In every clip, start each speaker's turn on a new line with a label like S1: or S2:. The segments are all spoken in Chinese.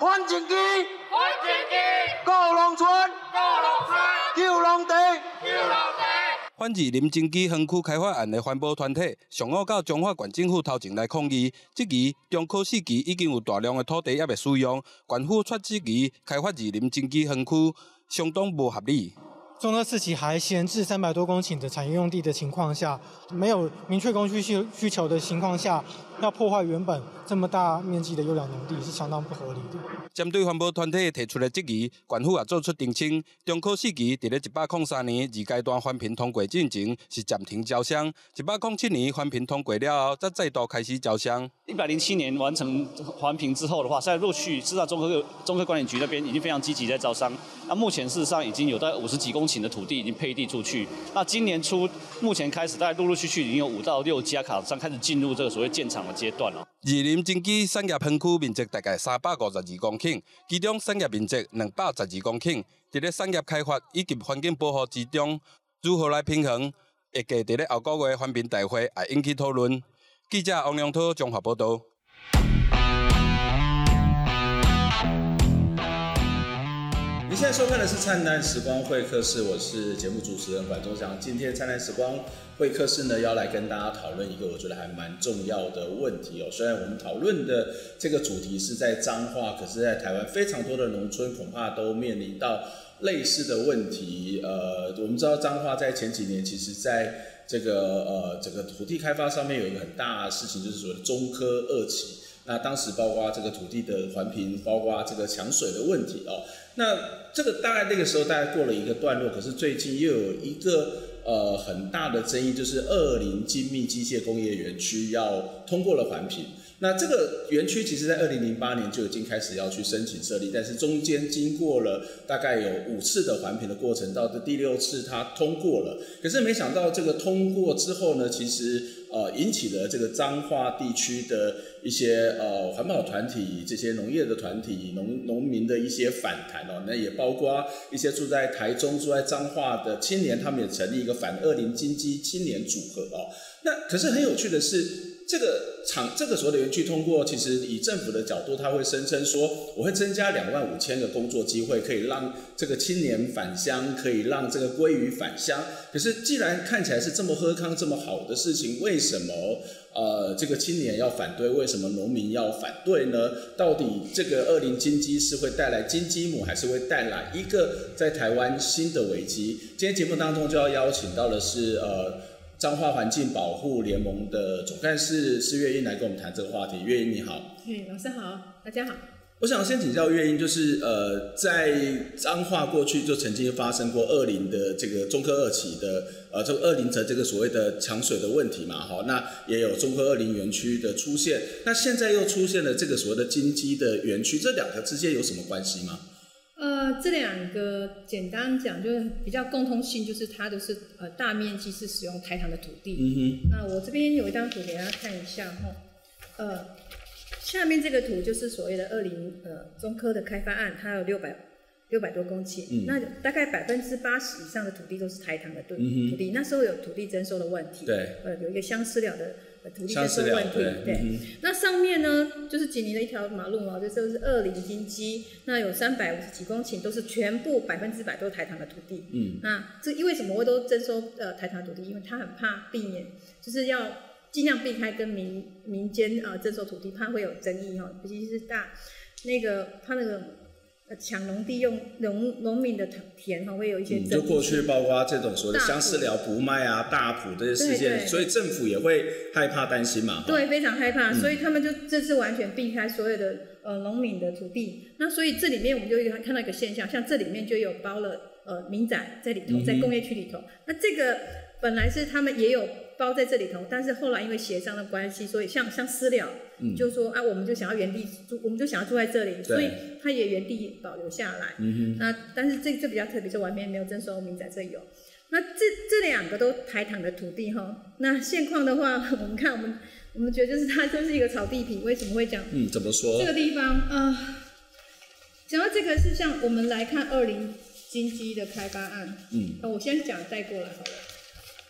S1: 番前基、
S2: 潘前基、
S1: 高浪村、
S2: 高龍山、
S1: 九龙地。
S2: 邱老弟。
S3: 反自林政基园区开发案的环保团体，上午到彰化县政府头前来抗议，质疑中科四期已经有大量的土地还未使用，县府却质疑开发自林政基园区相当不合理。
S4: 中科四期还闲置三百多公顷的产业用地的情况下，没有明确供需需需求的情况下，要破坏原本这么大面积的优良农地是相当不合理的。
S3: 针对环保团体提出的质疑，县府也作出澄清。中科四期伫咧一百零三年二阶段环评通过进程是暂停招商，一百零七年环评通过了后，才再度开始招商。
S5: 一百零七年完成环评之后的话，现在陆续知道中科中科管理局那边已经非常积极在招商。那目前事实上已经有大概五十几公顷的土地已经配地出去。那今年初目前开始，大概陆陆续续已经有五到六家卡商开始进入这个所谓建厂的阶段了。
S3: 二林经济产业园区面积大概三百五十二公顷，其中产业面积两百十二公顷。伫咧产业开发以及环境保护之中，如何来平衡，会计伫咧后个月环评大会也引起讨论。记者王良涛综合报道。
S6: 你现在收看的是《灿烂时光会客室》，我是节目主持人管中祥。今天《灿烂时光会客室》呢，要来跟大家讨论一个我觉得还蛮重要的问题哦。虽然我们讨论的这个主题是在彰化，可是，在台湾非常多的农村恐怕都面临到类似的问题。呃，我们知道彰化在前几年，其实在这个呃整个土地开发上面有一个很大的事情，就是所谓的中科二期。那当时包括这个土地的环评，包括这个抢水的问题哦。那这个大概那个时候大概过了一个段落，可是最近又有一个呃很大的争议，就是二零精密机械工业园区要通过了环评。那这个园区其实在二零零八年就已经开始要去申请设立，但是中间经过了大概有五次的环评的过程，到这第六次它通过了。可是没想到这个通过之后呢，其实呃引起了这个彰化地区的一些呃环保团体、这些农业的团体、农农民的一些反弹哦。那也包括一些住在台中、住在彰化的青年，他们也成立一个反恶灵经济青年组合哦。那可是很有趣的是。这个厂这个所谓的园区通过，其实以政府的角度，他会声称说，我会增加两万五千个工作机会，可以让这个青年返乡，可以让这个鲑鱼返乡。可是既然看起来是这么喝康、这么好的事情，为什么呃这个青年要反对？为什么农民要反对呢？到底这个二零金鸡是会带来金鸡母，还是会带来一个在台湾新的危机？今天节目当中就要邀请到的是呃。彰化环境保护联盟的总干事施月英来跟我们谈这个话题。月英你好，
S7: 嘿，嗯老师好，大家好。
S6: 我想先请教月英，就是呃，在彰化过去就曾经发生过二零的这个中科二期的呃，这个二零的这个所谓的抢水的问题嘛，哈，那也有中科二零园区的出现，那现在又出现了这个所谓的金鸡的园区，这两个之间有什么关系吗？
S7: 呃，这两个简单讲就是比较共通性，就是它都是呃大面积是使用台糖的土地。
S6: 嗯
S7: 那我这边有一张图给大家看一下哈，呃，下面这个图就是所谓的二零呃中科的开发案，它有六百六百多公顷，
S6: 嗯
S7: 那大概百分之八十以上的土地都是台糖的土
S6: 嗯哼
S7: 土地，那时候有土地征收的问题，
S6: 对，
S7: 呃，有一个相思了的呃土地
S6: 相
S7: 征
S6: 思
S7: 收
S6: 了
S7: 问题，
S6: 对嗯
S7: 那上面呢就是紧邻的一条马路嘛，这就是二零金基，那有三百五十几公顷，都是全部百分之百都是台糖的土地，
S6: 嗯
S7: 那这因为什么我都征收呃台糖土地，因为他很怕避免，就是要尽量避开跟民民间呃征收土地，怕会有争议哦，尤其是大那个他那个呃抢农地用农农民的田哈、哦，会有一些
S6: 嗯，
S7: 争
S6: 就
S7: 议。
S6: 过去包括这种所谓的相思疗不卖啊、大埔这些事
S7: 对
S6: 件，
S7: 对
S6: 所以政府也会害怕担心嘛，哈
S7: 对，非常害怕，所以他们就这次完全避开所有的呃农民的土地。那所以这里面我们就有看到一个现象，像这里面就有包了呃民宅在里头，在工业区里头。那这个本来是他们也有包在这里头，但是后来因为协商的关系，所以像像私了，就说啊，我们就想要原地住，我们就想要住在这里，所以他也原地保留下来。那但是这这比较特别，就完全没有征收民宅这里有。那这这两个都台糖的土地哈，那现况的话，我们看我们我们觉得就是它就是一个草地坪，为什么会讲
S6: 嗯，怎么说
S7: 这？个地方啊、讲到这个是像我们来看二零金鸡的开发案，
S6: 嗯，
S7: 那我先讲带过来好了。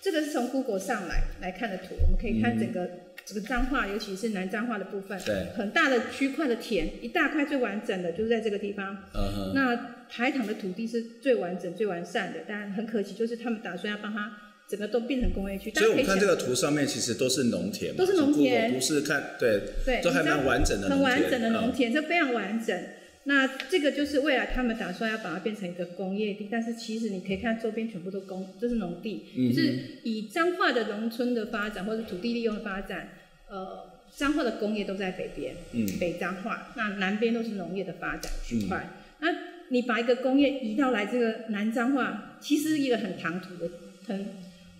S7: 这个是从 Google 上来来看的图，我们可以看整个这个彰化，尤其是南彰化的部分，
S6: 嗯对
S7: 很大的区块的田，一大块最完整的就是在这个地方。
S6: 嗯哼，
S7: 那台糖的土地是最完整、最完善的，但很可惜，就是他们打算要帮它整个都变成工业区。
S6: 所以我
S7: 大
S6: 们
S7: 家
S6: 看
S7: 可以
S6: 这
S7: 想
S6: 个图上面其实都是农田嘛，
S7: 都是农田
S6: 如果不是看对，
S7: 对，
S6: 都还蛮完整的农田，
S7: 很完整的农
S6: 嗯。
S7: 田，这非常完整。那这个就是未来他们打算要把它变成一个工业地，但是其实你可以看周边全部都工，就是农地，
S6: 嗯哼
S7: 就是以彰化的农村的发展或者土地利用的发展，呃，彰化的工业都在北边，
S6: 嗯
S7: 北彰化，那南边都是农业的发展区块。那你把一个工业移到来这个南彰化，其实是一个很唐突的，很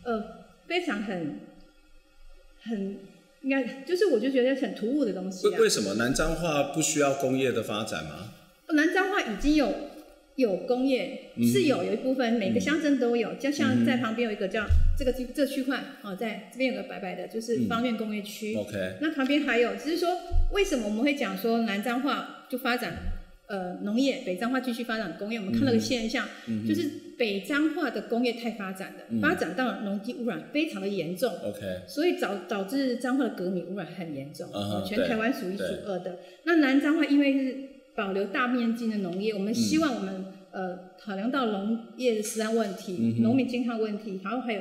S7: 呃非常很很应该就是我就觉得很突兀的东西、啊
S6: 为。为什么南彰化不需要工业的发展吗？
S7: 南彰化已经有有工业，是有有一部分，每个乡镇都有，就像在旁边有一个叫这个地这区块哦，在这边有个白白的，就是方院工业区。
S6: OK
S7: 那旁边还有，只是说为什么我们会讲说南彰化就发展呃农业，北彰化继续发展工业？我们看到个现象，就是北彰化的工业太发展了，发展到农地污染非常的严重。
S6: OK，
S7: 所以导导致彰化的革命污染很严重
S6: 嗯哼
S7: 全
S6: 对
S7: 台湾数一数
S6: 对
S7: 二的。那南彰化因为是保留大面积的农业，我们希望我们、呃考量到农业的食安问
S6: 嗯
S7: 题、
S6: 哼
S7: 农民健康问题，然后还有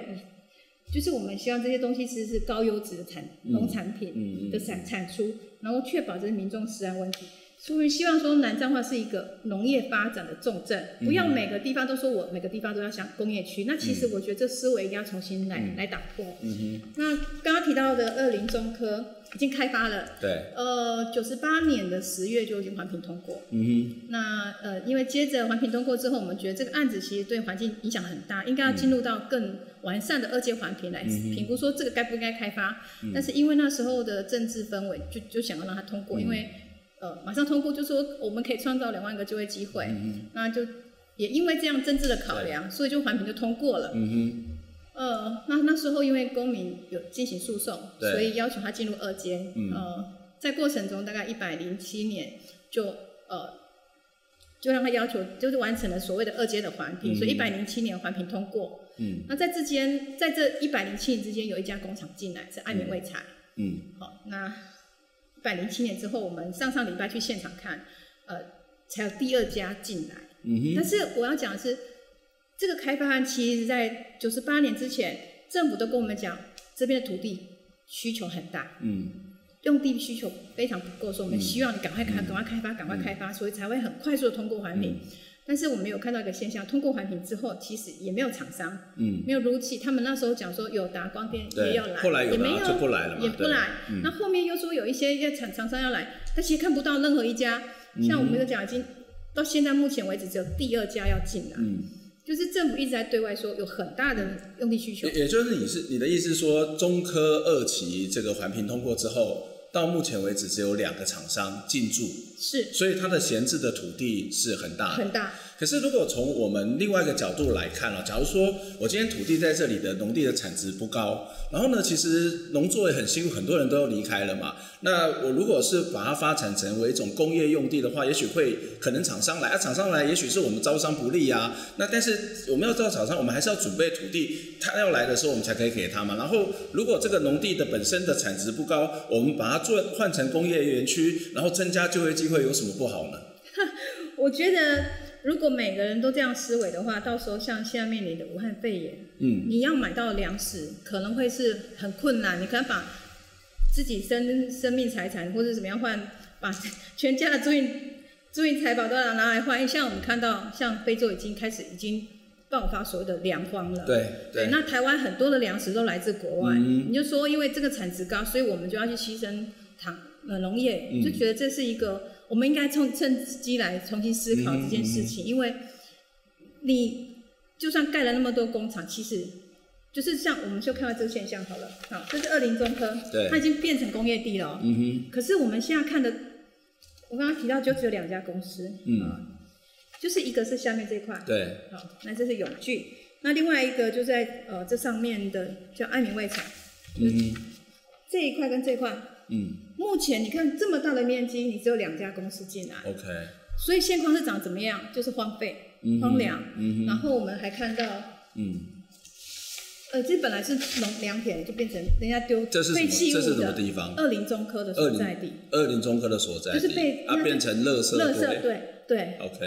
S7: 就是我们希望这些东西其实是高优质的产农产
S6: 嗯嗯
S7: 品的产产出，然后确保这是民众食安问题。所以希望说南彰化是一个农业发展的重镇，
S6: 嗯
S7: 不要每个地方都说我每个地方都要想工业区。那其
S6: 嗯
S7: 实我觉得这思维一定要重新来、来打破。那刚刚提到的二零中科已经开发了，
S6: 对，
S7: 呃，九十八年的十月就已经环评通过。
S6: 嗯
S7: 那呃，因为接着环评通过之后，我们觉得这个案子其实对环境影响很大，应该要进入到更完善的二阶环评来评估，说这个该不该开发。但是因为那时候的政治氛围，就就想要让它通过，因为呃马上通过就说我们可以创造两万个就业机会，那就也因为这样政治的考量，所以就环评就通过了。
S6: 哼，嗯
S7: 呃，那那时候因为公民有进行诉讼，
S6: 对
S7: 所以要求他进入二阶。
S6: 嗯
S7: 呃，在过程中大概一百零七年就呃就让他要求就是完成了所谓的二阶的环评，
S6: 嗯
S7: 所以一百零七年环评通过。
S6: 哼，嗯
S7: 那在之间，在这一百零七年之间，有一家工厂进来是爱民卫材。
S6: 嗯
S7: 好、那一百零七年之后，我们上上礼拜去现场看，呃，才有第二家进来。
S6: 嗯
S7: 但
S6: 哼，
S7: 是我要讲的是，这个开发案其实在九十八年之前，政府都跟我们讲，这边的土地需求很大，
S6: 嗯
S7: 用地需求非常不够，所以我们希望你赶快开，赶快开发，赶快开
S6: 嗯
S7: 发，所以才会很快速的通过环评。但是我们有看到一个现象，通过环评之后，其实也没有厂商，
S6: 嗯
S7: 没有如期。他们那时候讲说友达光电
S6: 对
S7: 也要来，
S6: 后来友达
S7: 也没有
S6: 就不来了嘛
S7: 也不
S6: 对嗯
S7: 来。那后面又说有一些要厂厂商要来，但其实看不到任何一家。
S6: 嗯
S7: 像我们就讲，已经到现在目前为止，只有第二家要进来，
S6: 嗯，
S7: 就是政府一直在对外说有很大的用地需求
S6: 也。也就是你是你的意思是说，中科二期这个环评通过之后，到目前为止只有两个厂商进驻，
S7: 是
S6: 所以它的闲置的土地是很大的
S7: 很。大，
S6: 可是，如果从我们另外一个角度来看啊，假如说我今天土地在这里的农地的产值不高，然后呢，其实农作也很辛苦，很多人都离开了嘛。那我如果是把它发展成为一种工业用地的话，也许会可能厂商来啊，厂商来，也许是我们招商不利啊。那但是我们要知道厂商，我们还是要准备土地，他要来的时候我们才可以给他嘛。然后如果这个农地的本身的产值不高，我们把它做换成工业园区，然后增加就业机会，有什么不好呢？
S7: 我觉得如果每个人都这样思维的话，到时候像现在面临的武汉肺炎，
S6: 嗯，
S7: 你要买到粮食可能会是很困难，你可能把自己生生命财产或者怎么样换，把全家的住运住运财宝都拿拿来换。像我们看到，像非洲已经开始已经爆发所谓的粮荒了。
S6: 对嗯
S7: 对，那台湾很多的粮食都来自国外，你就说因为这个产值高，所以我们就要去牺牲糖呃农业，
S6: 嗯
S7: 就觉得这是一个我们应该趁趁机来重新思考这件事
S6: 嗯
S7: 情，因为你就算盖了那么多工厂，其实就是像我们就看到这个现象好了，好，这是二林中科，
S6: 对
S7: 它已经变成工业地了哦、
S6: 嗯哼，
S7: 可是我们现在看的，我刚刚提到就只有两家公司，啊
S6: 嗯，
S7: 就是一个是下面这块，
S6: 对。
S7: 好，那这是永聚。那另外一个就在呃这上面的叫安民卫场，
S6: 嗯
S7: 这一块跟这一块，
S6: 嗯
S7: 目前你看这么大的面积，你只有两家公司进来，
S6: ，OK，
S7: 所以现况是长怎么样？就是荒废、
S6: 嗯哼
S7: 荒凉。
S6: 嗯哼
S7: 然后我们还看到
S6: 嗯
S7: 呃，这本来是农良田，就变成人家丢
S6: 这是什
S7: 废
S6: 么？
S7: 弃
S6: 这是
S7: 物
S6: 什么
S7: 的
S6: 地方？
S7: 二林中科的所在地，
S6: 二林中科的所在地，
S7: 就是被
S6: 啊变成垃圾
S7: 垃圾
S6: 堆。
S7: 对对，
S6: OK，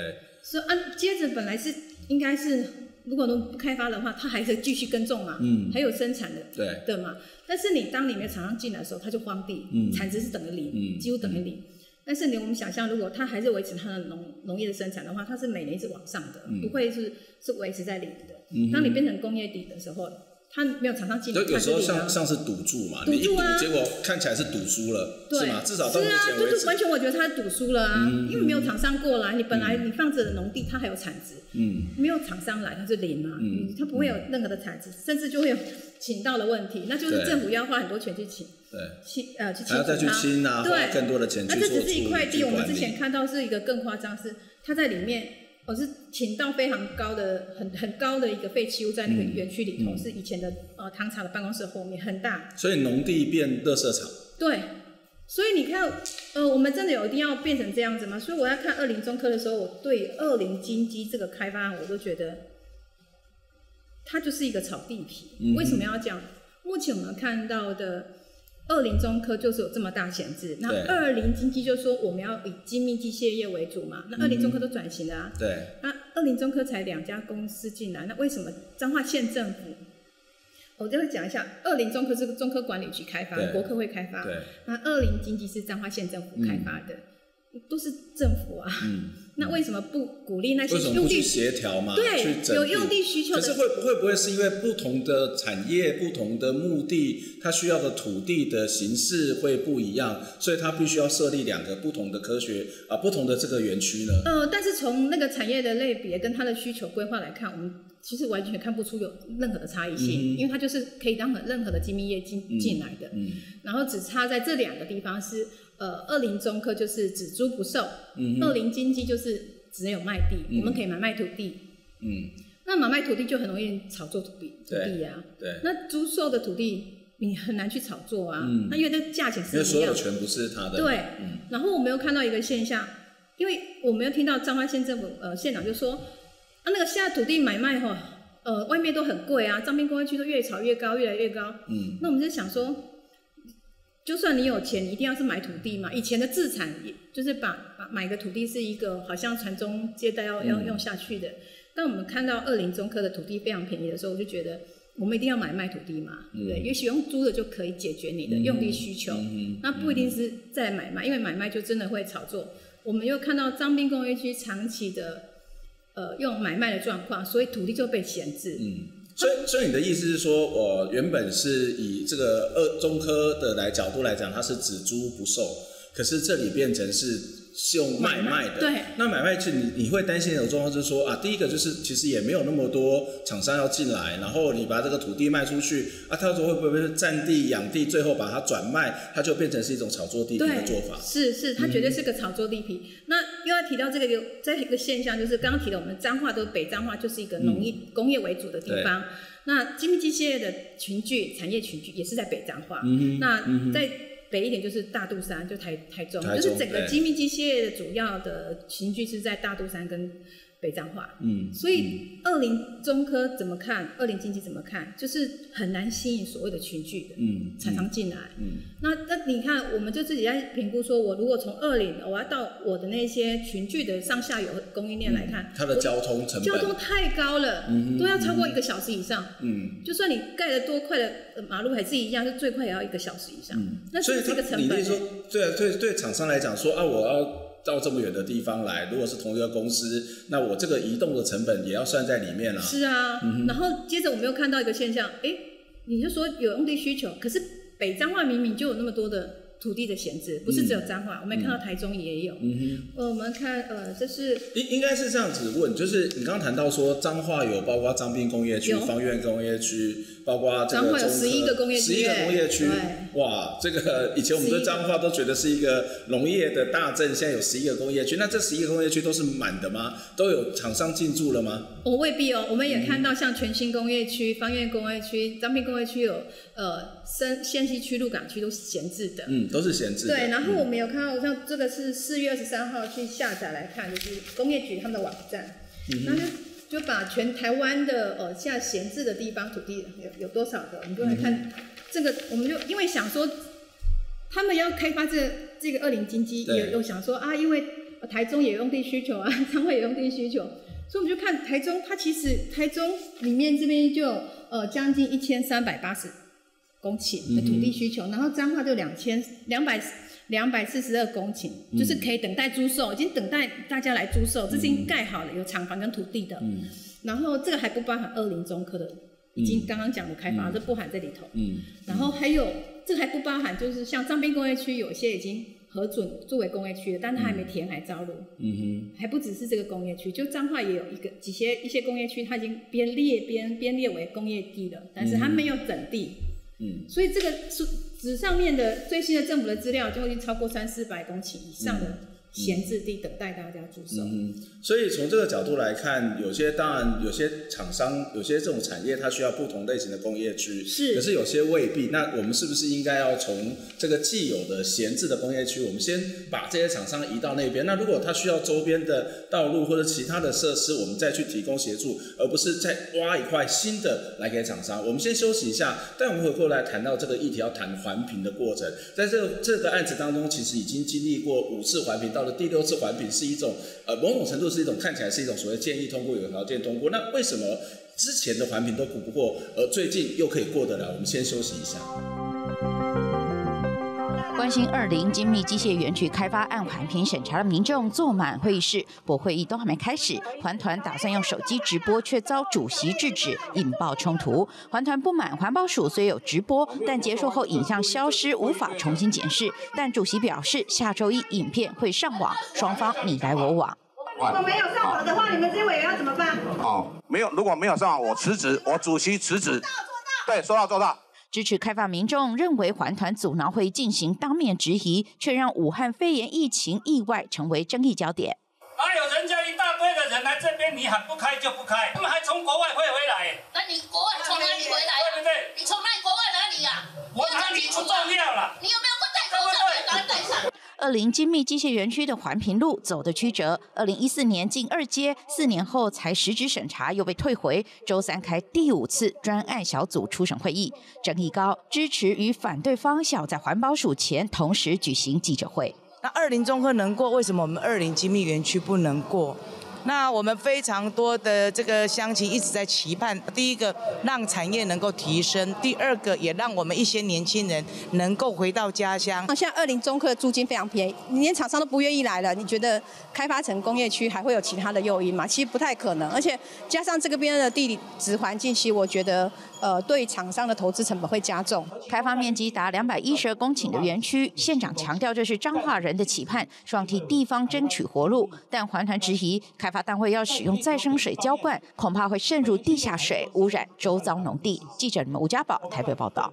S7: 所以啊，接着本来是应该是如果农不开发的话，它还是继续耕种嘛，
S6: 嗯
S7: 还有生产的
S6: 对，
S7: 的嘛。但是你当你没有厂商进来的时候，它就荒地，
S6: 嗯
S7: 产值是等于零，
S6: 嗯
S7: 几乎等于零。但是你我们想象，如果它还是维持它的农农业的生产的话，它是每年一直往上的，
S6: 嗯
S7: 不会是是维持在零的。
S6: 嗯哼
S7: 当你变成工业底的时候，它没有厂商进来，
S6: 就
S7: 它
S6: 有时
S7: 是
S6: 候
S7: 零啊
S6: 像。像是赌注嘛，
S7: 赌
S6: 你一
S7: 注
S6: 赌
S7: 啊，
S6: 结果看起来是赌输了，
S7: 对，
S6: 是吗？至少到目
S7: 是啊，
S6: 前为
S7: 就是完
S6: 止，
S7: 全我觉得它赌输了啊，
S6: 嗯
S7: 因为没有厂商过来，你本来你放着的农地它还有产值，
S6: 嗯，
S7: 没有厂商来，它是零嘛，
S6: 嗯
S7: 嗯，它不会有任何的产值，甚至就会有请到的问题，那就是
S6: 对
S7: 政府要花很多钱去请
S6: 对，
S7: 去呃去
S6: 还
S7: 清
S6: 要
S7: 除
S6: 再去
S7: 它。
S6: 清啊，
S7: 对
S6: 花更多的钱去
S7: 那
S6: 做
S7: 这
S6: 处理
S7: 只是一块地，
S6: 去
S7: 我们
S6: 管
S7: 之
S6: 理
S7: 前看到是一个更夸张，是它在里面，我、是请到非常高的、很很高的一个废弃物，在那个
S6: 嗯
S7: 园区里头，
S6: 嗯
S7: 是以前的呃糖厂的办公室后面，很大，
S6: 所以农地变垃圾场，
S7: 对，所以你看，呃，我们真的有一定要变成这样子吗？所以我要看二零中科的时候，我对二零金鸡这个开发案，我都觉得它就是一个炒地皮。
S6: 嗯哼
S7: 为什么要讲？目前我们看到的二零中科就是有这么大闲置，那
S6: 对
S7: 二零金鸡就说我们要以精密机械业为主嘛，
S6: 嗯
S7: 那二零中科都转型了啊。
S6: 对，
S7: 那二林中科才两家公司进来，那为什么彰化县政府？我就讲一下，二林中科是中科管理局开发
S6: 对，
S7: 国科会开发，
S6: 对，
S7: 那二林经济是彰化县政府开发的，都是政府啊。
S6: 嗯，
S7: 那为什么不鼓励那些
S6: 为什么
S7: 用
S6: 不去
S7: 地？
S6: 协调嘛？去
S7: 对，
S6: 整
S7: 有
S6: 理
S7: 用地需求
S6: 可是
S7: 的，
S6: 会不会不会是因为不同的产业、不同的目的，它需要的土地的形式会不一样，所以它必须要设立两个不同的科学啊、不同的这个园区呢？
S7: 呃，但是从那个产业的类别跟它的需求规划来看，我们其实完全看不出有任何的差异性，
S6: 嗯
S7: 因为它就是可以让任何的精密业进进来的。
S6: 嗯
S7: 然后只差在这两个地方是，呃，二零中科就是只租不售，
S6: 嗯
S7: 二
S6: 哼
S7: 零经济就是只有卖地，
S6: 嗯
S7: 我们可以买卖土地。
S6: 嗯，
S7: 那买卖土地就很容易炒作土地，土
S6: 对
S7: 地啊。
S6: 对，
S7: 那租售的土地你很难去炒作啊，
S6: 嗯
S7: 那因为那价钱是
S6: 因为
S7: 一
S6: 所
S7: 样
S6: 有
S7: 的。
S6: 权不是他的。
S7: 对，
S6: 嗯
S7: 然后我们又看到一个现象，因为我们又听到彰化县政府呃县长就说，啊那个现在土地买卖哈，呃外面都很贵啊，彰滨工业区都越炒越高，越来越高。
S6: 嗯
S7: 那我们就想说，就算你有钱，你一定要是买土地嘛。以前的自产，也就是把把买个土地是一个好像传宗接代要要
S6: 嗯
S7: 用下去的。当我们看到二林中科的土地非常便宜的时候，我就觉得我们一定要买卖土地嘛，对不对？
S6: 嗯
S7: 也许用租的就可以解决你的用地需求，
S6: 嗯哼
S7: 那不一定是在买卖，因为买卖就真的会炒作。我们又看到彰滨工业区长期的呃用买卖的状况，所以土地就被闲置。
S6: 嗯，所以所以你的意思是说，我原本是以这个二中科的来角度来讲，它是只租不售，可是这里变成是是用买卖的。
S7: 对
S6: 那买卖去你你会担心的状况就是说啊，第一个就是其实也没有那么多厂商要进来，然后你把这个土地卖出去啊，他说会不会占地养地，最后把它转卖，它就变成是一种炒作地皮的
S7: 对，
S6: 做法。嗯
S7: 是是，它绝对是个炒作地皮。那又要提到这个有这一个现象，就是刚刚提到我们彰化都北彰化就是一个农业、
S6: 嗯
S7: 工业为主的地方，那精密机械的群聚产业群聚也是在北彰化。
S6: 嗯哼嗯
S7: 那
S6: 哼
S7: 在北一点就是大肚山，就台台中，
S6: 台中
S7: 就是整个
S6: 对
S7: 精密机械的主要的群聚是在大肚山跟北彰化。
S6: 嗯，
S7: 所以二零中科怎么看？二零经济怎么看？就是很难吸引所谓的群聚的
S6: 嗯
S7: 厂商进来。
S6: 嗯
S7: 那那你看，我们就自己在评估，说我如果从二零，我要到我的那些群聚的上下游供应链来看，
S6: 嗯它的交通成
S7: 交
S6: 本
S7: 通，太高了，
S6: 嗯哼
S7: 都要超过一个小时以上。
S6: 嗯。
S7: 就算你盖得多快的呃马路还是一样，就最快也要一个小时以上。
S6: 嗯，
S7: 那
S6: 所
S7: 是
S6: 以
S7: 不是一个
S6: 他
S7: 成
S6: 你
S7: 本
S6: 那时候，对啊，对对，厂商来讲说啊，我要到这么远的地方来，如果是同一个公司，那我这个移动的成本也要算在里面啦、
S7: 是啊，
S6: 嗯
S7: 然后接着我们又看到一个现象，诶，你就说有用地需求，可是北彰化明明就有那么多的土地的闲置，不是只有彰化，我们也看到台中也有。
S6: 嗯哼，
S7: 呃，我们看呃，这是
S6: 应应该是这样子问，就是你刚刚谈到说彰化有包括彰滨工业区、
S7: 有
S6: 方苑工业区，包括这个
S7: 彰化
S6: 中
S7: 有
S6: 科
S7: 11个工业区
S6: 11个
S7: 哎
S6: 工业区，
S7: 对
S6: 哇，这个以前我们对
S7: 11个
S6: 彰化都觉得是一个农业的大镇，现在有十一个工业区，那这十一个工业区都是满的吗？都有厂商进驻了吗？
S7: 我未必哦，我们
S6: 嗯
S7: 也看到像全新工业区、方院工业区、彰滨工业区有呃深县西区、鹿港区都是闲置的。
S6: 嗯，都是闲置的。
S7: 对，然后
S6: 嗯
S7: 我们有看到，像
S6: 嗯
S7: 这个是四月二十三号去下载来看，就是工业局他们的网站，然后就就把全台湾的呃现在闲置的地方土地有有多少个，我们就来
S6: 嗯
S7: 看这个，我们就因为想说他们要开发这这个二零经济，
S6: 对
S7: 有有想说啊，因为呃台中也有用地需求啊， 彰化也有用地需求，所以我们就看台中，它其实台中里面这边就有呃将近一千三百八十公顷的土地需求，然后彰化就两千两百两百四十二公顷，
S6: 嗯
S7: 就是可以等待租售，已经等待大家来租售，这已经盖好了，有厂房跟土地的。
S6: 嗯
S7: 然后这个还不包含二林中科的，已经刚刚讲的开发，
S6: 嗯
S7: 这不含在里头。
S6: 嗯
S7: 然后还有这个还不包含，就是像彰滨工业区有些已经核准作为工业区了，但它还没填海造陆，
S6: 嗯
S7: 还不只是这个工业区，就彰化也有一个几些一些工业区，它已经编列编编列为工业地了，但是
S8: 嗯
S7: 它没有整地，
S6: 哼，嗯
S7: 所以这个数纸上面的最新的政府的资料就已经超过三四百公顷以上
S8: 嗯
S7: 的闲置地，等待大家注手。
S6: 嗯哼，所以从这个角度来看，有些当然有些厂商，有些这种产业它需要不同类型的工业区，
S7: 是
S6: 可是有些未必。那我们是不是应该要从这个既有的闲置的工业区，我们先把这些厂商移到那边？那如果它需要周边的道路或者其他的设施，我们再去提供协助，而不是再挖一块新的来给厂商。我们先休息一下，但我们回过来谈到这个议题，要谈环评的过程。在这个这个案子当中，其实已经经历过五次环评，到了第六次环评是一种呃某种程度是一种看起来是一种所谓建议通过、有条件通过。那为什么之前的环评都补不过，而最近又可以过得了？我们先休息一下。
S1: 关心二零精密机械园区开发案环评审查的民众坐满会议室，博会议都还没开始，环团打算用手机直播，却遭主席制止，引爆冲突。环团不满环保署虽有直播，但结束后影像消失，无法重新检视。但主席表示，下周一影片会上网，双方你来我往。
S9: 你们没有上网的话，你们这委员要怎么办？
S10: 哦，没有，如果没有上网，我辞职，我主席辞职。对，说到做到。
S1: 支持开放民众认为环团阻挠会进行当面质疑，却让武汉肺炎疫情意外成为争议焦点。
S8: 还有人家一大堆的人来这边，你喊不开就不开，他们还从国外会回来，
S11: 那你国外从哪里回来
S8: 对不
S11: 呀、
S8: 对？
S11: 你从哪里国外哪里啊呀、
S8: 我哪里不重要了？
S11: 你有没有不戴口罩？你赶快戴上。
S1: 二零精密机械园区的环评路走的曲折，二零一四年进二阶，四年后才实质审查又被退回。周三开第五次专案小组初审会议，争议高，支持与反对方小在环保署前同时举行记者会。
S9: 那二零中科能过，为什么我们二零精密园区不能过？那我们非常多的这个乡亲一直在期盼，第一个让产业能够提升，第二个也让我们一些年轻人能够回到家乡。
S11: 好像二零中科的租金非常便宜，你连厂商都不愿意来了。你觉得开发成工业区还会有其他的诱因吗？其实不太可能，而且加上这个边的地理质环境，其实我觉得呃对厂商的投资成本会加重。
S1: 开发面积达两百一十公顷的园区，县长强调这是彰化人的期盼，希望替地方争取活路。但环团质疑，开发单位要使用再生水浇灌，恐怕会渗入地下水，污染周遭农地。记者吴家宝台北报道。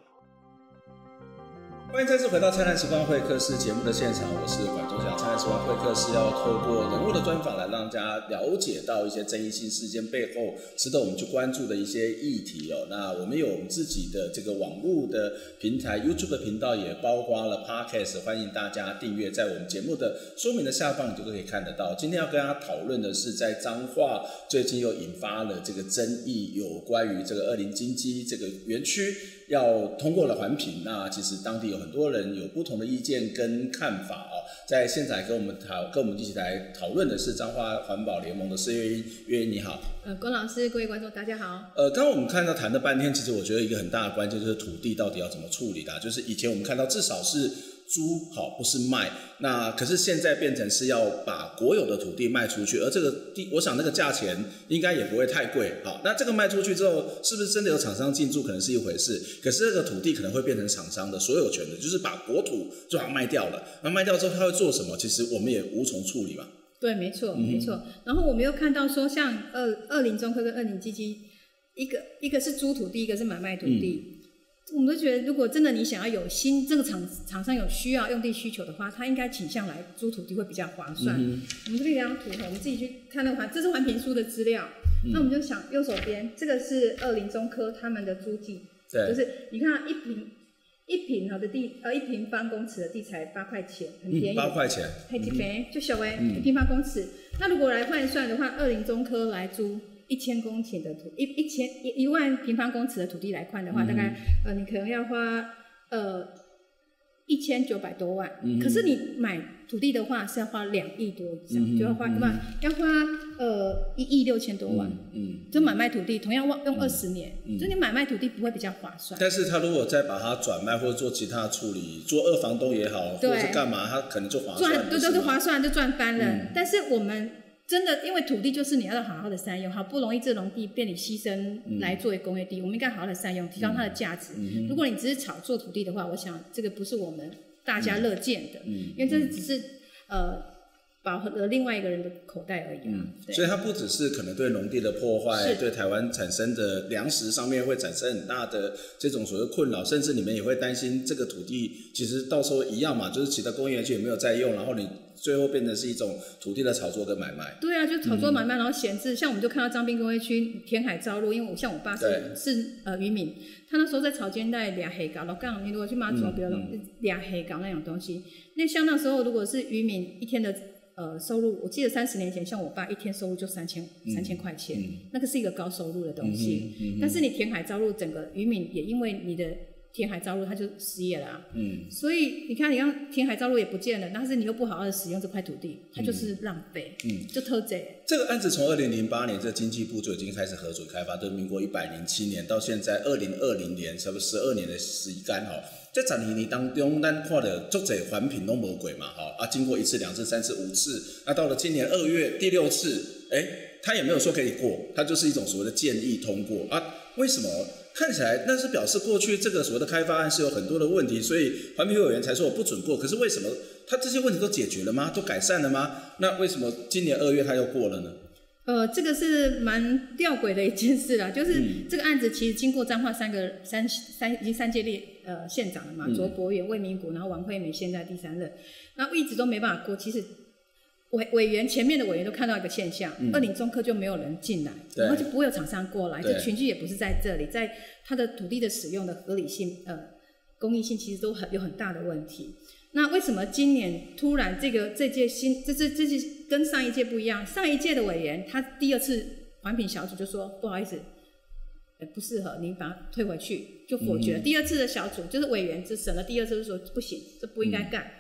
S6: 欢迎再次回到《灿烂时光会客室》节目的现场，我是管中祥。《灿烂时光会客室》要透过人物的专访来让大家了解到一些争议性事件背后值得我们去关注的一些议题哦。那我们有我们自己的这个网络的平台 YouTube 的频道，也包括了 Podcast，欢迎大家订阅。在我们节目的说明的下方，你就可以看得到。今天要跟大家讨论的是，在彰化最近又引发了这个争议，有关于这个二林金鸡这个园区要通过了环评，那其实当地有很多人有不同的意见跟看法哦。在现在跟我们讨跟我们一起来讨论的是彰化环保联盟的施月英，月英你好。
S7: 呃，龚老师，各位观众，大家好。
S6: 呃，刚刚我们看到谈了半天，其实我觉得一个很大的关键就是土地到底要怎么处理的啊、就是以前我们看到至少是租好，不是卖。那可是现在变成是要把国有的土地卖出去，而这个地，我想那个价钱应该也不会太贵。好，那这个卖出去之后，是不是真的有厂商进驻，可能是一回事。可是这个土地可能会变成厂商的所有权的，就是把国土就把它卖掉了。那卖掉之后，他会做什么？其实我们也无从处理嘛。
S7: 对，没错，没错。然后我们又看到说，像二二零中科跟二零基金，一个一个是租土地，一个是买卖土地。我们都觉得，如果真的你想要有新这个厂厂商有需要用地需求的话，他应该倾向来租土地会比较划算。我们这边有张图哈，我们自己去看那个环，这是环评书的资料。那我们就想右手边这个是二零中科他们的租地，
S6: 对，
S7: 就是你看啊一平一平好的地呃一平方公尺的地才八块钱，很便
S6: 嗯，
S7: 宜。
S6: 八块钱，
S7: 台积北就小哎，
S6: 嗯
S7: 一平方公尺。那如果来换算的话，二零中科来租一千公顷的土一一千一一万平方公尺的土地来看的话，
S12: 嗯
S7: 大概呃你可能要花呃一千九百多万，
S12: 嗯
S7: 可是你买土地的话是要花两亿多以上，
S12: 嗯
S7: 就要花
S12: 嗯
S7: 那么要花呃一亿六千多万。
S6: 嗯，
S7: 就买卖土地，同样用用二十年，
S6: 嗯
S7: 就你买卖土地不会比较划算。
S6: 但是他如果再把它转卖或者做其他的处理，做二房东也好，或
S7: 对
S6: 者是干嘛，他可能就划算。
S7: 赚对对
S6: 不
S7: 对
S6: 吗
S7: 划算就赚翻了。
S6: 嗯
S7: 但是我们真的因为土地就是你要好好的善用，好不容易这农地被你牺
S12: 嗯
S7: 牲来作为工业地，我们应该好好的善用，提高它的价值。
S12: 嗯哼
S7: 如果你只是炒作土地的话，我想这个不是我们大家乐见的，
S6: 嗯
S7: 因为这只是呃饱和了另外一个人的口袋而已、啊。
S6: 嗯
S7: 对
S6: 所以它不只是可能对农地的破坏，
S7: 是
S6: 对台湾产生的粮食上面会产生很大的这种所谓困扰，甚至你们也会担心这个土地其实到时候一样嘛，就是其他工业园区也没有在用，然后你最后变成是一种土地的炒作跟买卖。
S7: 对啊，就炒作买
S12: 嗯
S7: 卖，然后闲置。像我们就看到张滨工业区填海造陆，因为我像我爸
S6: 对
S7: 是是呃渔民，他那时候在草间带俩黑港，老港你如果去妈祖
S12: 嗯，
S7: 比如
S12: 嗯
S7: 俩黑港那种东西，那像那时候如果是渔民一天的呃收入，我记得三十年前，像我爸一天收入就三千
S12: 嗯
S7: 三千块钱，那个是一个高收入的东西。
S12: 嗯哼嗯哼
S7: 但是你填海造陆，整个渔民也因为你的填海造陆，他就失业了啊。
S6: 嗯
S7: 所以你看，你看填海造陆也不见了，但是你又不好好的使用这块土地，它就是浪费，
S6: 嗯
S7: 就偷贼。
S6: 这个案子从二零零八年，这经济部就已经开始核准开发，对，民国一百零七年到现在二零二零年，差不多十二年的时间吼。在十二年当中，咱看的作者环评拢无过嘛吼，啊，经过一次、两次、三次、五次，那到了今年二月第六次，哎、他也没有说可以过，他就是一种所谓的建议通过啊。为什么？看起来那是表示过去这个所谓的开发案是有很多的问题，所以环评委员才说我不准过。可是为什么他这些问题都解决了吗？都改善了吗？那为什么今年二月他又过了呢？
S7: 呃，这个是蛮吊诡的一件事啦，就是
S6: 嗯
S7: 这个案子其实经过彰化三个三三已经三届列呃县长了嘛，
S12: 嗯
S7: 卓博远、魏明谷，然后王惠美现在第三任，那一直都没办法过。其实委委员前面的委员都看到一个现象，
S12: 嗯
S7: 二零中科就没有人进来，
S12: 对
S7: 然后就不会有厂商过来，
S12: 对
S7: 这群聚也不是在这里，在它的土地的使用的合理性呃公益性其实都很有很大的问题。那为什么今年突然这个这届新这这这届跟上一届不一样？上一届的委员他第二次环评小组就说不好意思，呃不适合，你把它退回去就否决。
S12: 嗯
S7: 第二次的小组就是委员就审了，第二次就说不行，这不
S12: 嗯
S7: 应该干。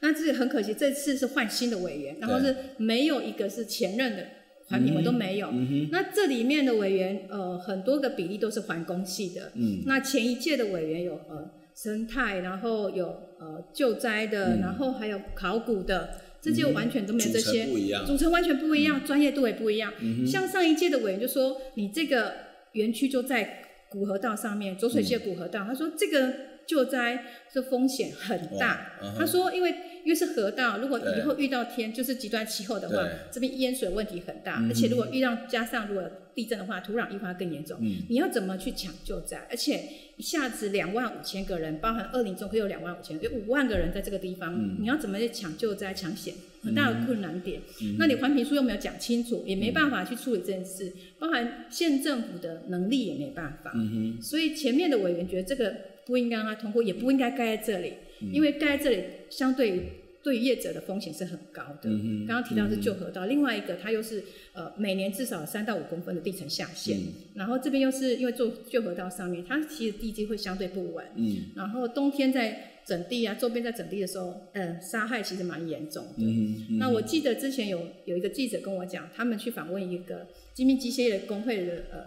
S7: 那这个很可惜，这次是换新的委员，然后
S12: 对
S7: 是没有一个是前任的环评委都没有。
S12: 嗯哼
S7: 那这里面的委员，呃，很多个比例都是环工系的。
S12: 嗯
S7: 那前一届的委员有呃生态，然后有呃救灾的，
S12: 嗯
S7: 然后还有考古的，这届完全都没有这些，
S12: 组成不一样
S7: 组成完全不一样，专业度也不一样。
S12: 嗯嗯哼
S7: 像上一届的委员就说，你这个园区就在古河道上面，浊水溪的古河
S12: 嗯
S7: 道，他说这个救灾这风险很大
S12: 哇嗯，哼
S7: 他说因为因为是河道，如果
S12: 对
S7: 以后遇到天就是极端气候的话
S12: 对，
S7: 这边淹水问题很大，
S12: 嗯
S7: 而且如果遇到加上如果地震的话，土壤硬化更严重。
S12: 嗯
S7: 你要怎么去抢救灾？而且一下子两万五千个人，包含二零中会有两万五千，有五万个人在这个地方，
S12: 嗯
S7: 你要怎么去抢救灾、抢险？很大的困难点。
S12: 嗯
S7: 那你环评书又没有讲清楚，也没办法去处理这件事，包含县政府的能力也没办法。
S12: 嗯
S7: 所以前面的委员觉得这个不应该让它通过，也不应该盖在这里，
S12: 嗯
S7: 因为盖在这里相对于对于业者的风险是很高的。
S12: 嗯哼
S7: 刚刚提到是旧河道，另外一个它又是呃每年至少三到五公分的地层下陷，
S12: 嗯
S7: 然后这边又是因为做旧河道上面，它其实地基会相对不稳，
S12: 嗯
S7: 然后冬天在整地啊，周边在整地的时候，呃，杀害其实蛮严重的。
S12: 嗯
S7: 那我记得之前有有一个记者跟我讲，他们去访问一个精密机械业工会的呃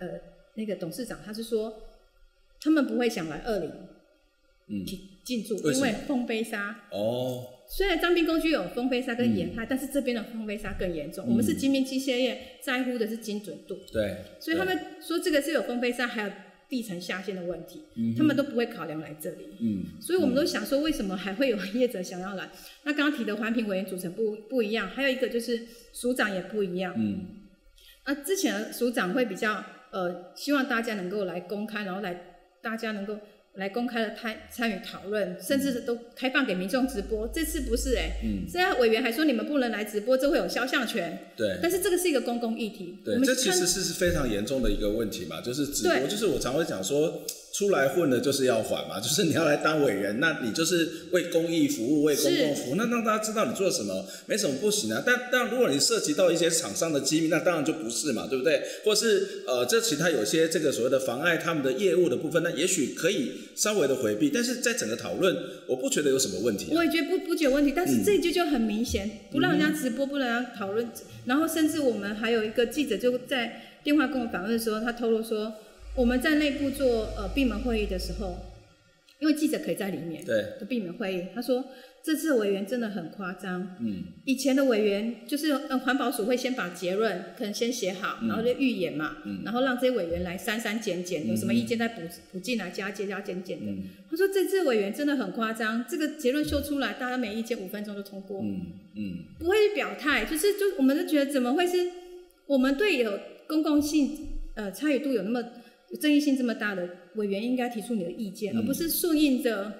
S7: 呃那个董事长，他是说他们不会想来二零
S6: 嗯，
S7: 进驻，
S6: 为什
S7: 因
S6: 么
S7: 为风飞沙。
S6: 哦，
S7: 虽然张滨工区有风飞沙跟沿海，但是这边的风飞沙更严重。我们是
S6: 嗯
S7: 精密机械业在乎的是精准度，
S6: 对，
S7: 所以他们说这个是有风飞沙还有地层下陷的问题，
S12: 嗯哼
S7: 他们都不会考量来这里。
S6: 嗯
S7: 所以我们都想说，为什么还会有业者想要来？ 那刚刚提的环评委员组成不不一样，还有一个就是署长也不一样。
S6: 嗯
S7: 那之前的署长会比较呃，希望大家能够来公开，然后来大家能够来公开的参参与讨论，甚至都开放给民众直播。这次不是哎、
S6: 嗯
S7: 虽然委员还说你们不能来直播，这会有肖像权。
S6: 对
S7: 但是这个是一个公共议题，我
S6: 对，
S7: 们
S6: 这
S7: 看
S6: 其实是是非常严重的一个问题嘛，就是直播，
S7: 对
S6: 就是我常会讲说，出来混的就是要还嘛，就是你要来当伟人，那你就是为公益服务、为公共服务，那让大家知道你做什么，没什么不行啊。但但如果你涉及到一些厂商的机密，那当然就不是嘛，对不对？或是呃，这其他有些这个所谓的妨碍他们的业务的部分，那也许可以稍微的回避，但是在整个讨论，我不觉得有什么问题啊、嗯
S7: 我也觉得不不解问题，但是这就就很明显，不让人家直播，不让人家讨论，然后甚至我们还有一个记者就在电话跟我访问的时候，他透露说，我们在内部做呃闭门会议的时候，因为记者可以在里面，
S6: 对，
S7: 闭门会议，他说这次委员真的很夸张，
S6: 嗯，
S7: 以前的委员就是呃环保署会先把结论可能先写好，
S6: 嗯
S7: 然后就预演嘛，
S6: 嗯
S7: 然后让这些委员来删删减减，有什么意见再补补进来，加减加减减的。
S6: 嗯
S7: 他说这次委员真的很夸张，这个结论秀出来，大家没意见，五分钟就通过，
S6: 嗯嗯
S7: 不会去表态，就是就我们就觉得怎么会是我们对有公共性呃参与度有那么有争议性这么大的委员应该提出你的意见，
S6: 嗯
S7: 而不是顺应着。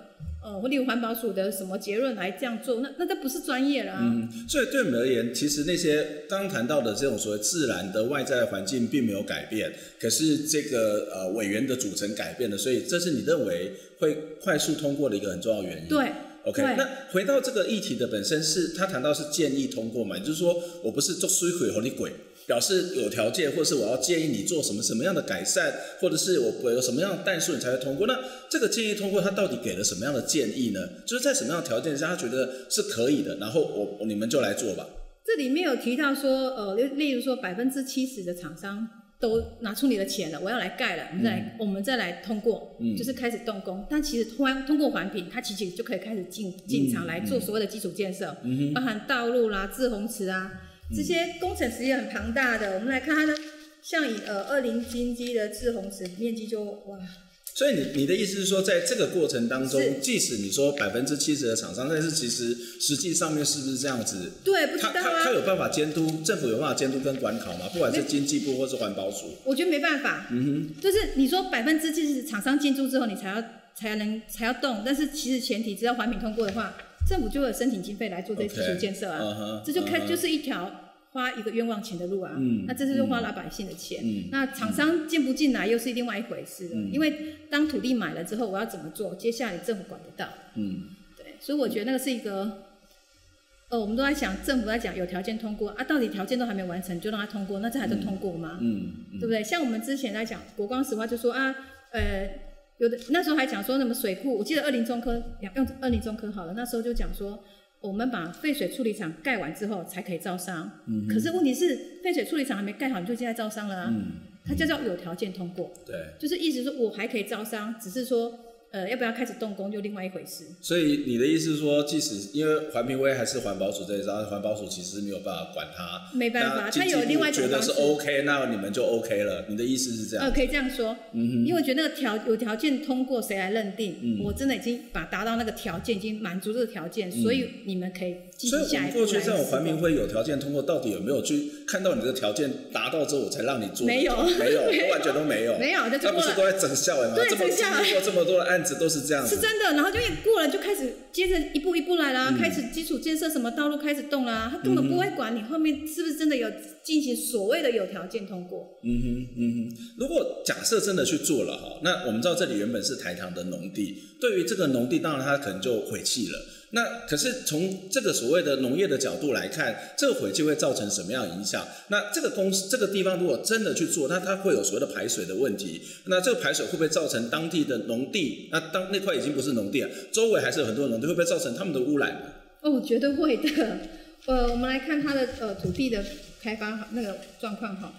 S7: 呃，例如环保署的什么结论来这样做，那那这不是专业啦、
S6: 嗯，所以对我们而言，其实那些刚刚谈到的这种所谓自然的外在环境并没有改变，可是这个呃委员的组成改变了，所以这是你认为会快速通过的一个很重要的原因。
S7: 对，
S6: OK，
S7: 对
S6: 那回到这个议题的本身是，他谈到是建议通过嘛，也就是说我不是做水鬼和你鬼，表示有条件，或是我要建议你做什么什么样的改善，或者是我我有什么样的代数你才会通过。那这个建议通过，他到底给了什么样的建议呢？就是在什么样的条件下，他觉得是可以的，然后我我你们就来做吧。
S7: 这里面有提到说，呃，例例如说百分之七十的厂商都拿出你的钱了，我要来盖了，我们再来、我们再来通过，
S6: 嗯
S7: 就是开始动工。但其实通完通过环评，它其实就可以开始进进
S6: 嗯
S7: 场来做
S6: 嗯
S7: 所谓的基础建设，
S6: 嗯
S7: 包
S6: 哼，
S7: 含道路啦、滞洪池啊
S6: 嗯
S7: 这些工程实际很庞大的。我们来看它的，像以呃二零金基的滞洪池面积就哇，
S6: 所以你你的意思是说，在这个过程当中
S7: 是，
S6: 即使你说百分之七十的厂商，但是其实实际上面是不是这样子？
S7: 对，不知
S6: 他
S7: 道
S6: 他他有
S7: 啊，
S6: 办法监督，政府有办法监督跟管考吗？不管是经济部或是环保署。
S7: 我觉得没办法，
S6: 嗯
S7: 就是你说百分之七十厂商进驻之后，你才要才能才要动，但是其实前提只要环评通过的话，政府就有申请经费来做这些
S6: OK，
S7: 基础建设
S6: 嗯
S7: 啊
S6: 哼，
S7: 这就开
S6: 嗯哼
S7: 就是一条花一个冤枉钱的路啊
S6: 嗯，
S7: 那这是就花老百姓的钱
S6: 嗯，
S7: 那厂商进不进来又是另外一回事了
S6: 嗯，
S7: 因为当土地买了之后，我要怎么做，接下来政府管不到，
S6: 哼，嗯，
S7: 对，所以我觉得那个是一个。呃，我们都在想，政府在讲有条件通过啊，到底条件都还没完成，就让它通过，那这还叫通过吗？
S6: 嗯，嗯
S7: 对不对？像我们之前在讲国光石化，就说啊，呃，有的那时候还讲说什么水库，我记得二零中科两用二零中科好了，那时候就讲说，我们把废水处理厂盖完之后才可以招商，
S6: 嗯哼
S7: 可是问题是废水处理厂还没盖好，你就现在招商了啊，
S6: 嗯，
S7: 它就叫有条件通过，
S6: 对。
S7: 就是意思说我还可以招商，只是说呃要不要开始动工就另外一回事。
S6: 所以你的意思是说，即使因为环评委还是环保署这一招，环保署其实没有办法管他，
S7: 没办法
S6: 那经济
S7: 他有另外一
S6: 部
S7: 种
S6: 觉得是
S7: 方式
S6: OK，那你们就 OK 了。你的意思是这样？
S7: 呃，可以这样说，
S6: 嗯哼，
S7: 因为我觉得那个条有条件通过谁来认定，
S6: 嗯
S7: 我真的已经把达到那个条件，已经满足这个条件，所以你们可以继续
S6: 所以我
S7: 下
S6: 们
S7: 一步来
S6: 过去
S7: 施
S6: 这种
S7: 工。
S6: 环评会有条件通过，到底有没有去看到你的条件达到之后，我才让你做？
S7: 没有
S6: 没有，都完全都没有。
S7: 没有，那就
S6: 那不
S7: 过
S6: 是都
S7: 了。
S6: 在整校委吗？
S7: 对
S6: 这么
S7: 整校委
S6: 经历过这么多的案子都是这样子。
S7: 是真的，然后就也过了，就开始接着一步一步来啦，
S6: 嗯
S7: 开始基础建设什么道路开始动啦，他根本不会管你后面是不是真的有进行所谓的有条件通过。
S6: 嗯哼，嗯哼。如果假设真的去做了哈，那我们知道这里原本是台糖的农地，对于这个农地，当然它可能就毁弃了。那可是从这个所谓的农业的角度来看，这个毁弃会造成什么样的影响？那这个公司这个地方如果真的去做，那它会有所谓的排水的问题。那这个排水会不会造成当地的农地？那当那块已经不是农地了，周围还是有很多农地，会不会造成他们的污染呢？
S7: 哦，绝对会的。呃，我们来看它的呃土地的开发好那个状况哈，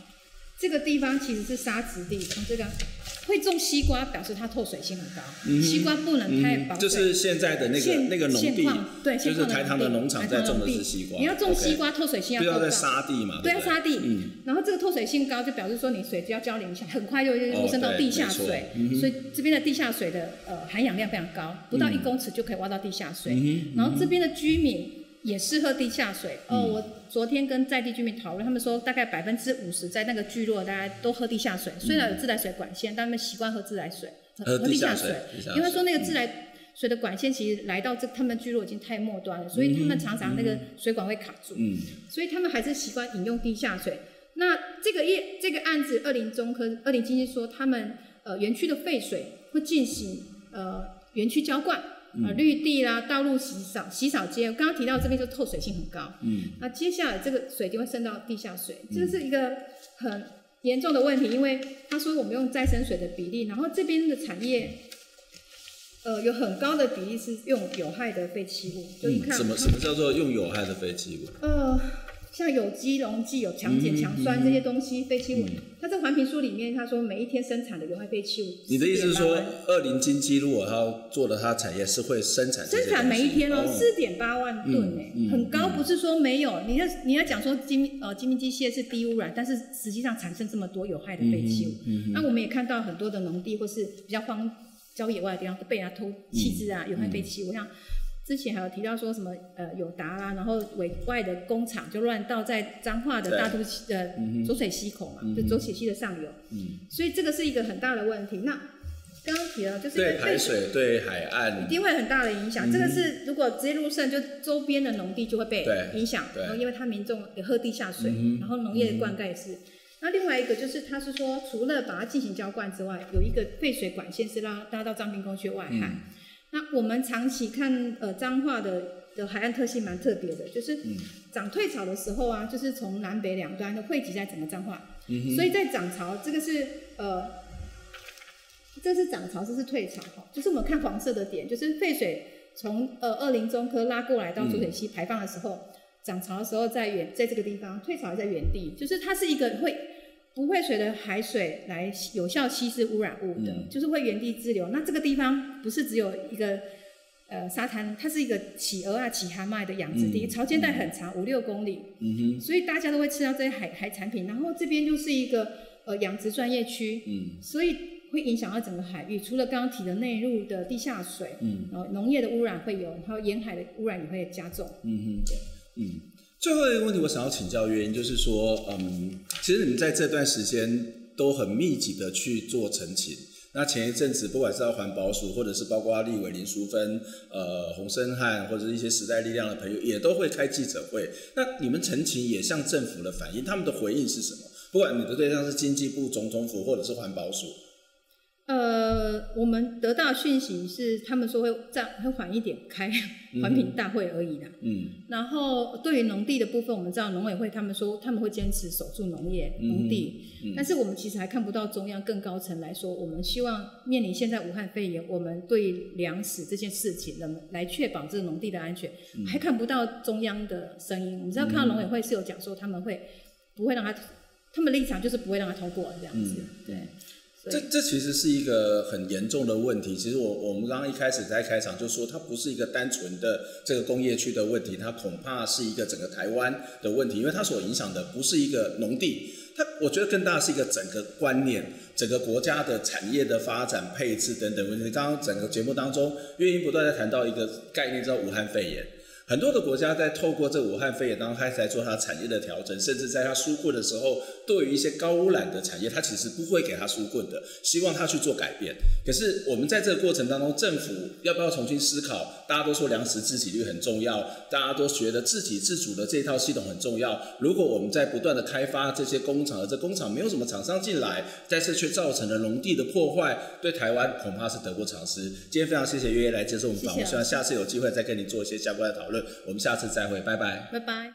S7: 这个地方其实是沙质地，从这个会种西瓜，表示它透水性很高，
S6: 嗯哼嗯
S7: 西瓜不能太保水。
S6: 就是现在的那个
S7: 现
S6: 那个农
S7: 现
S6: 地
S7: 况，对，
S6: 就
S7: 现
S6: 是
S7: 况
S6: 台糖的农场在种的
S7: 台糖
S6: 是
S7: 农
S6: 西瓜，
S7: 地你要种
S6: OK
S7: 西瓜，透水性
S6: 不
S7: 要
S6: 要
S7: 够
S6: 在
S7: 高。
S6: 沙地嘛，
S7: 对
S6: 不
S7: 啊，沙地，
S6: 嗯，
S7: 然后这个透水性高，就表示说你水就要浇淋下，很快就就入渗到地下
S6: 哦对
S7: 水，
S6: 没错嗯哼
S7: 所以这边的地下水的呃含氧量非常高，不到
S6: 嗯
S7: 一公尺就可以挖到地下水。
S6: 嗯哼
S7: 然后这边的居民也适合地下水。哦，
S6: 嗯
S7: 我昨天跟在地居民讨论，他们说大概百分之五十在那个聚落，大家都喝地下
S6: 嗯
S7: 水。虽然有自来水管线，但他们习惯喝自来水，
S6: 喝
S7: 喝
S6: 地下
S7: 下
S6: 呃水地下水嗯
S7: 因为说那个自来水的管线其实来到这他们聚落已经太末端了，所以他们常常那个水管会卡住。
S6: 嗯
S7: 所以他们还是习惯饮用地下水。那这个业这个案子，二零中科二零经济说他们呃园区的废水会进行呃园区浇灌。啊，
S2: 嗯
S7: 绿地啦，道路洗扫、洗扫街，我刚刚提到这边就透水性很高，
S2: 嗯
S7: 那接下来这个水就会渗到地下水，
S2: 嗯
S7: 这是一个很严重的问题，因为他说我们用再生水的比例，然后这边的产业，呃，有很高的比例是用有害的废弃物，就你
S6: 嗯
S7: 看，
S6: 什么什么叫做用有害的废弃物？
S7: 呃，像有机溶剂、有强
S6: 嗯
S7: 碱、强
S6: 嗯
S7: 酸这些东西废弃物
S6: 嗯，
S7: 它在环评书里面他说每一天生产的有害废弃物，
S6: 你的意思是
S7: 4.8
S6: 说
S7: 万，
S6: 二零经济如果它做的它产业是会生产这些
S7: 生产
S6: 东
S7: 每
S6: 西
S7: 一天哦，
S6: 哦
S7: 四点八万吨哎、
S6: 嗯嗯
S7: 很高，不是说没有。
S2: 嗯
S7: 你要你要讲说精呃精密机械是低污染，但是实际上产生这么多有害的废弃物。
S2: 嗯嗯
S7: 那我们也看到很多的农地或是比较荒郊野外的地方都被人家偷
S2: 嗯
S7: 弃置啊，有害废弃物。像之前还有提到说什么呃友达啦，然后委外的工厂就乱倒在彰化的
S2: 对
S7: 大肚溪呃
S2: 嗯哼
S7: 浊水溪口嘛，
S2: 嗯哼
S7: 就浊水溪的上游，
S6: 嗯
S7: 所以这个是一个很大的问题。那刚刚提了，就是因为
S6: 对排水、对海岸
S7: 一，定会很大的影响。
S6: 嗯
S7: 这个是如果直接入渗，就周边的农地就会被
S6: 对
S7: 影响，
S6: 对
S7: 然后因为它民众也喝地下水，
S2: 嗯哼
S7: 然后农业灌溉也是。那另外一个就是，他是说除了把它进行浇灌之外，有一个废水管线是让拉到彰滨沟去外海。
S2: 嗯
S7: 那我们长期看呃彰化的的海岸特性蛮特别的，就是
S2: 嗯
S7: 涨退潮的时候啊，就是从南北两端都汇集在整个彰化，
S2: 嗯哼
S7: 所以在涨潮这个是呃这是涨潮，这是退潮哈，就是我们看黄色的点，就是废水从呃二林中科拉过来到浊水溪排放的时候，涨潮的时候在原在这个地方，退潮在原地，就是它是一个会不会随着海水来有效稀释污染物的，
S2: 嗯
S7: 就是会原地滞留。那这个地方不是只有一个呃沙滩，它是一个企鹅啊、企蛤蟆的养殖地，
S2: 嗯
S7: 潮间带很长，五六公里，
S6: 嗯
S7: 所以大家都会吃到这些海海产品。然后这边就是一个呃养殖专业区，
S6: 嗯
S7: 所以会影响到整个海域。除了刚刚提的内陆的地下水，
S6: 嗯
S7: 然后农业的污染会有，然后沿海的污染也会加重。
S6: 嗯哼，嗯。最后一个问题，我想要请教原因就是说，嗯，其实你们在这段时间都很密集的去做澄清。那前一阵子，不管是到环保署，或者是包括立委林淑芬、呃洪森汉，或者是一些时代力量的朋友，也都会开记者会。那你们澄清也向政府的反映，他们的回应是什么？不管你的对象是经济部、总统府，或者是环保署，
S7: 呃，我们得到讯息是他们说会这样会缓一点开
S6: 嗯
S7: 环评大会而已啦。
S6: 嗯
S7: 然后对于农地的部分，我们知道农委会他们说他们会坚持守住农业
S2: 嗯
S7: 农地，
S2: 嗯
S7: 但是我们其实还看不到中央更高层来说，我们希望面临现在武汉肺炎，我们对粮食这件事情能来确保这个农地的安全，
S2: 嗯
S7: 还看不到中央的声音。我们知道看到农委会是有讲说他们会不会让他，他们立场就是不会让他通过这样子。
S6: 嗯，对。
S7: 所
S6: 这
S7: 以
S6: 这其实是一个很严重的问题。其实我我们刚刚一开始在开场就说，它不是一个单纯的这个工业区的问题，它恐怕是一个整个台湾的问题，因为它所影响的不是一个农地，它我觉得更大是一个整个观念、整个国家的产业的发展配置等等问题。刚刚整个节目当中，月英不断在谈到一个概念叫武汉肺炎。很多的国家在透过这武汉肺炎当中，它在做它产业的调整，甚至在它纾困的时候，对于一些高污染的产业，它其实不会给它纾困的，希望它去做改变。可是我们在这个过程当中，政府要不要重新思考？大家都说粮食自给率很重要，大家都觉得自给自主的这套系统很重要。如果我们在不断的开发这些工厂，而这工厂没有什么厂商进来，但是却造成了农地的破坏，对台湾恐怕是得不偿失。今天非常谢谢月月来接受我们访问，
S7: 谢谢
S6: 希望下次有机会再跟你做一些相关的讨论。我们下次再会，拜拜。
S7: 拜拜。